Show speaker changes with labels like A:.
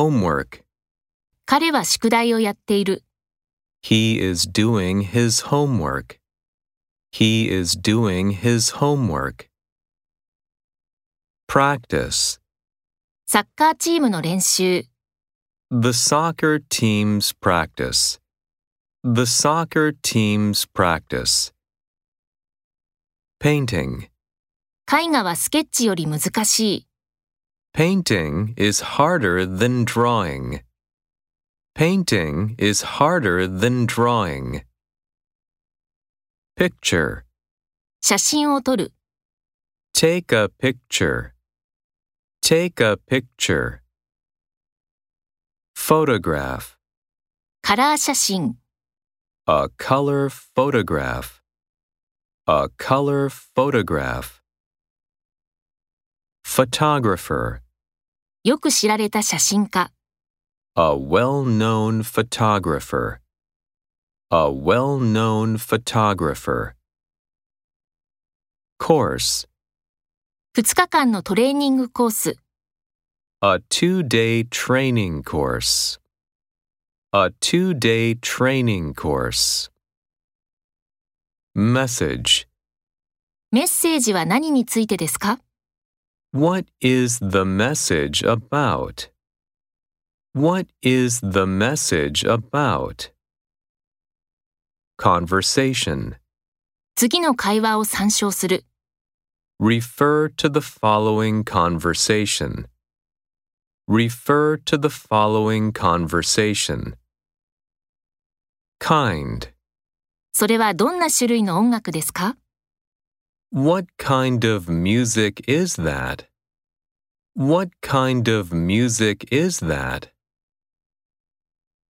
A: homework.
B: 彼は宿題をやっている。
A: He is doing his homework. He is doing his homework. Practice.
B: サッカーチームの練習。
A: The soccer team's practice. The soccer team's practice. Painting.
B: 絵画はスケッチより難しい。
A: Painting is harder than drawing. Painting is harder than drawing. Picture.
B: 写真を撮る。
A: Take a picture. Take a picture. Photograph.
B: カラー写真。
A: A color photograph. A color photograph. Photographer.
B: よく知られた写真家。
A: A well known photographer. A well known photographer. Course.
B: 2日間のトレーニングコース。
A: A two day training course. A two day training course. Message.
B: メッセージは何についてですか
A: What is the message about? What is the message about? Conversation.
B: 次の会話を参照する。
A: Refer to the following conversation. Refer to the following conversation. Kind.
B: それはどんな種類の音楽ですか
A: What kind of music is that? What kind of music is that?